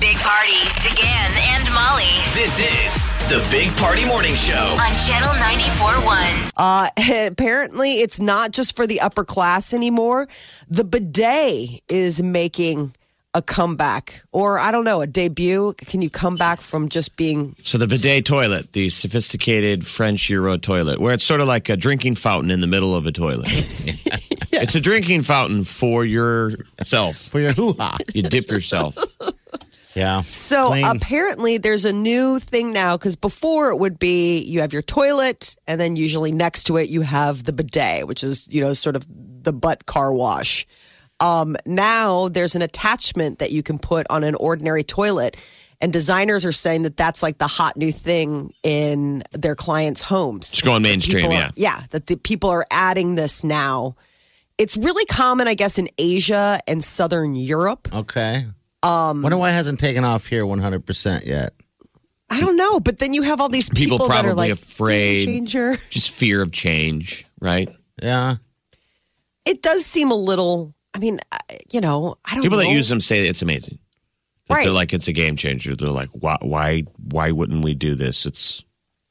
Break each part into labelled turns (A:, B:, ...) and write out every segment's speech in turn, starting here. A: Big Party, DeGan and Molly
B: This is the Big Party Morning Show.
A: on Channel 94.1.
C: Uh, apparently, it's not just for the upper class anymore. The bidet is making a comeback, or I don't know, a debut. Can you come back from just being?
D: So the bidet toilet, the sophisticated French Euro toilet, where it's sort of like a drinking fountain in the middle of a toilet. It's a drinking fountain for yourself.
E: for your hoo ha.
D: You dip yourself.
E: Yeah.
C: So
E: Clean.
C: apparently, there's a new thing now because before it would be you have your toilet, and then usually next to it you have the bidet, which is you know sort of the butt car wash. Um, now there's an attachment that you can put on an ordinary toilet. And designers are saying that that's like the hot new thing in their clients' homes.
D: It's going mainstream,
C: People
D: yeah.
C: are- yeah, that the people are adding this now. It's really common, I guess, in Asia and Southern Europe.
E: Okay. Um, Wonder why it hasn't taken off here 100% yet.
C: I don't know, but then you have all these people,
D: People
C: that are like
D: probably afraid.
C: "Game changer.
D: Just fear of change, right?
E: Yeah.
C: It does seem a little. I mean, I- you know, I don't.
D: People
C: know.
D: that use them say it's amazing. That
C: Right.
D: They're like it's a game changer. They're like, why, why, why wouldn't we do this? It's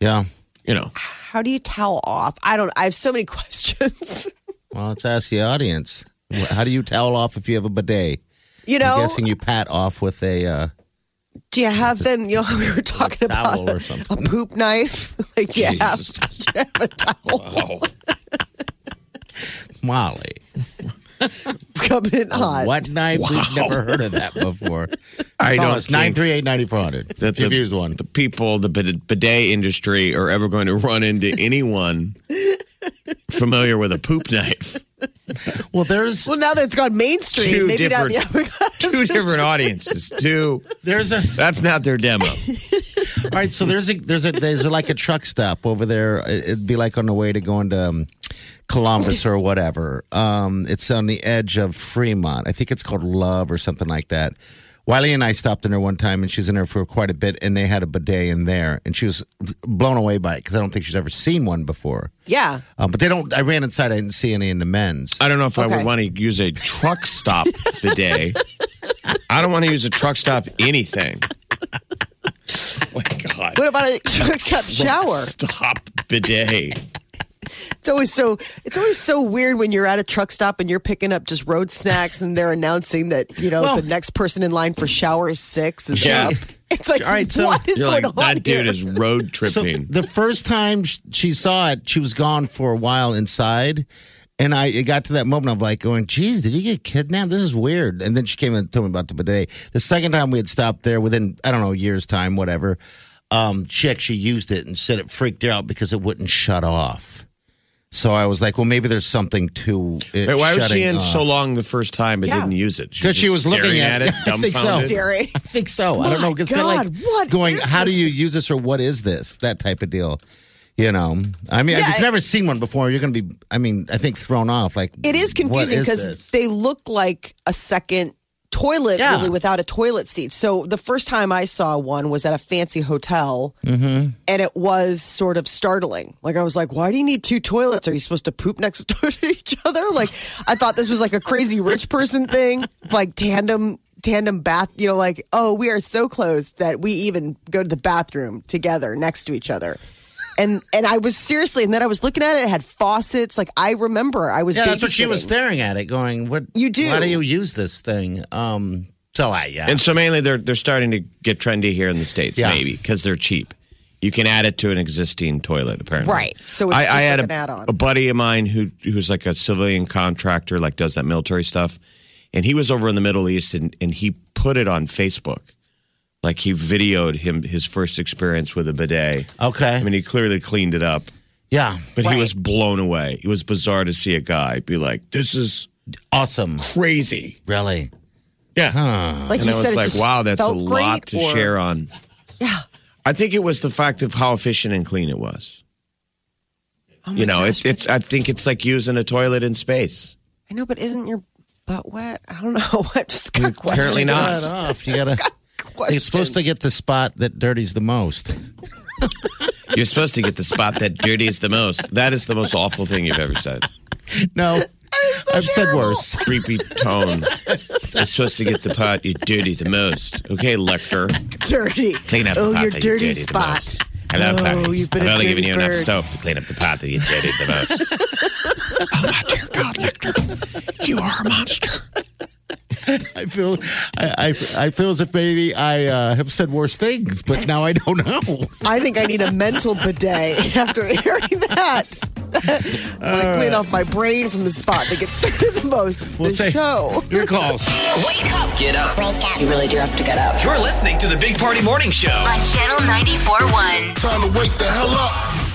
E: Yeah.
D: you know,
C: How do you towel off? I don't. I have so many questions.
E: Well, let's ask the audience. Wh- How do you towel off if you have a bidet?
C: you know,
E: I'm guessing you pat off with a. Uh,
C: do you have them? You know, how we were talking
E: towel
C: about
E: or
C: a
E: something.
C: poop knife. like, do you have,
D: Jesus.
C: do you have a towel
E: Molly.
C: coming in hot?
E: What knife? We've never heard of that before.
D: I
E: Call
D: don't
E: us
D: think-
E: 938 9400.
D: that
E: You've
D: the,
E: used one.
D: the people, the bid- bidet industry, are ever going to run into anyone familiar with a poop knife.
E: Well, there's
C: Well, now that it's gone mainstream,
D: Two
C: maybe not the
D: different-
C: upper class.
D: Two different audiences. Two.
E: there's a
D: That's not their demo.
E: All right, so there's a there's a there's like a truck stop over there. It- It'd be like on the way to going to um, Columbus or whatever. Um, it's on the edge of Fremont. I think it's called Love or something like that. Wiley and I stopped in there one time, and she was in there for quite a bit, and they had a bidet in there, and she was blown away by it because I don't think she's ever seen one before.
C: Yeah.
E: Um, but they don't. I ran inside. I didn't see any in the men's.
D: I don't know if I
C: Okay.
D: would want to use a truck stop bidet. I don't want to use a truck stop anything. Oh my God.
C: What about a truck stop shower?
D: Stop bidet.
C: It's always so it's always so weird when you're at a truck stop and you're picking up just road snacks and they're announcing that, you know,
E: Well-
C: the next person in line for shower six is
D: Yeah.
C: up. It's like
E: All right, so-
C: what is
D: You're
C: going
D: like,
C: on?
D: that dude
C: here?
D: is road
E: So
D: tripping.
E: the first time sh- she saw it, she was gone for a while inside. And I it got to that moment of like going, geez, did you get kidnapped? This is weird. And then she came and told me about the bidet. The second time we had stopped there within, I don't know, a year's time, whatever, um, she actually used it and said it freaked her out because it wouldn't shut off. So I was like, well, maybe there's something to it.
D: Wait, why was she in so
E: so
D: long the first time but
C: Yeah.
D: didn't use it?
E: 'Cause she
D: just
E: was looking
D: staring
E: at
D: at
E: it.
D: it,
E: I think so.
D: dumbfounded.
C: Jerry.
E: I think so. I don't
C: My
E: know. 'cause they're
C: God,
E: like
C: what
E: going,
C: is
E: how do
C: this?
E: you use this or what is this? That type of deal. You know, I mean,
C: Yeah,
E: if you've
C: it-
E: never seen one before, you're going to be, I mean, I think thrown off. Like,
C: It is confusing because
E: because
C: they look like a second toilet
E: Yeah.
C: really without a toilet seat. So the first time I saw one was at a fancy hotel and it was sort of startling. Like I was like, why do you need two toilets? Are you supposed to poop next door to each other? Like I thought this was like a crazy rich person thing, like tandem tandem bath, you know, like, oh, we are so close that we even go to the bathroom together next to each other. And and I was seriously, and then I was looking at it. It had faucets. Like I remember, I was.
E: yeah, that's what she was
C: babysitting.
E: staring at it going, what?
C: You do.
E: Why do you use this thing? Um, so I, yeah.
D: And so mainly they're they're starting to get trendy here in the states,
E: Yeah.
D: maybe because they're cheap. You can add it to an existing toilet, apparently.
C: Right. So it's
D: I,
C: just
D: I had
C: like
D: a,
C: an add-on.
D: a buddy of mine who who's like a civilian contractor, like does that military stuff, and he was over in the Middle East, and and he put it on Facebook, like he videoed him his first experience with a bidet.
E: okay.
D: I mean, he clearly cleaned it up,
E: yeah.
D: but he was blown away. It was bizarre to see a guy be like, "This is
E: Awesome.
D: crazy."
E: Really?
D: Yeah.
C: Like
D: and
C: he
D: I was
C: said, it
D: like,
C: just
D: wow, that's a
C: felt
D: lot
C: great,
D: to
C: or-
D: share on. Yeah. I think it was the fact of how efficient and clean it was.
C: Oh
D: you know, it's it's. I think it's like using a toilet in space.
C: I know, but isn't your butt wet? I don't know. I just got
D: Apparently
C: questions.
D: not.
E: Cut off. You gotta. It's
C: Questions.
E: supposed to get the spot that dirties the most.
D: You're supposed to get the spot that dirties the most. That is the most awful thing you've ever said.
E: No, I've said worse.
D: Creepy tone. You're supposed to get the pot you dirty the most. Okay, Lecter.
C: dirty.
D: Clean up
C: oh,
D: the pot
C: your
D: that
C: dirty
D: you dirty the
C: spot.
D: most. Hello,
C: oh,
D: Clarice.
C: you've been
D: I've
C: a
D: only
C: dirty
D: given you
C: bird.
D: enough soap to clean up the pot that you dirtied the most. Oh,
E: I feel, I, I, I feel as if maybe I uh, have said worse things, but now I don't know.
C: I think I need a mental bidet after hearing that. I want to clean
D: Uh.
C: off my brain from the spot that gets dirty the most.
E: We'll
C: the
E: take
C: show.
E: Your calls.
A: Wake up. Get up. Wake up. You really do have to get up.
B: You're listening to the Big Party Morning Show.
A: On Channel 94.1.
F: Time to wake the hell up.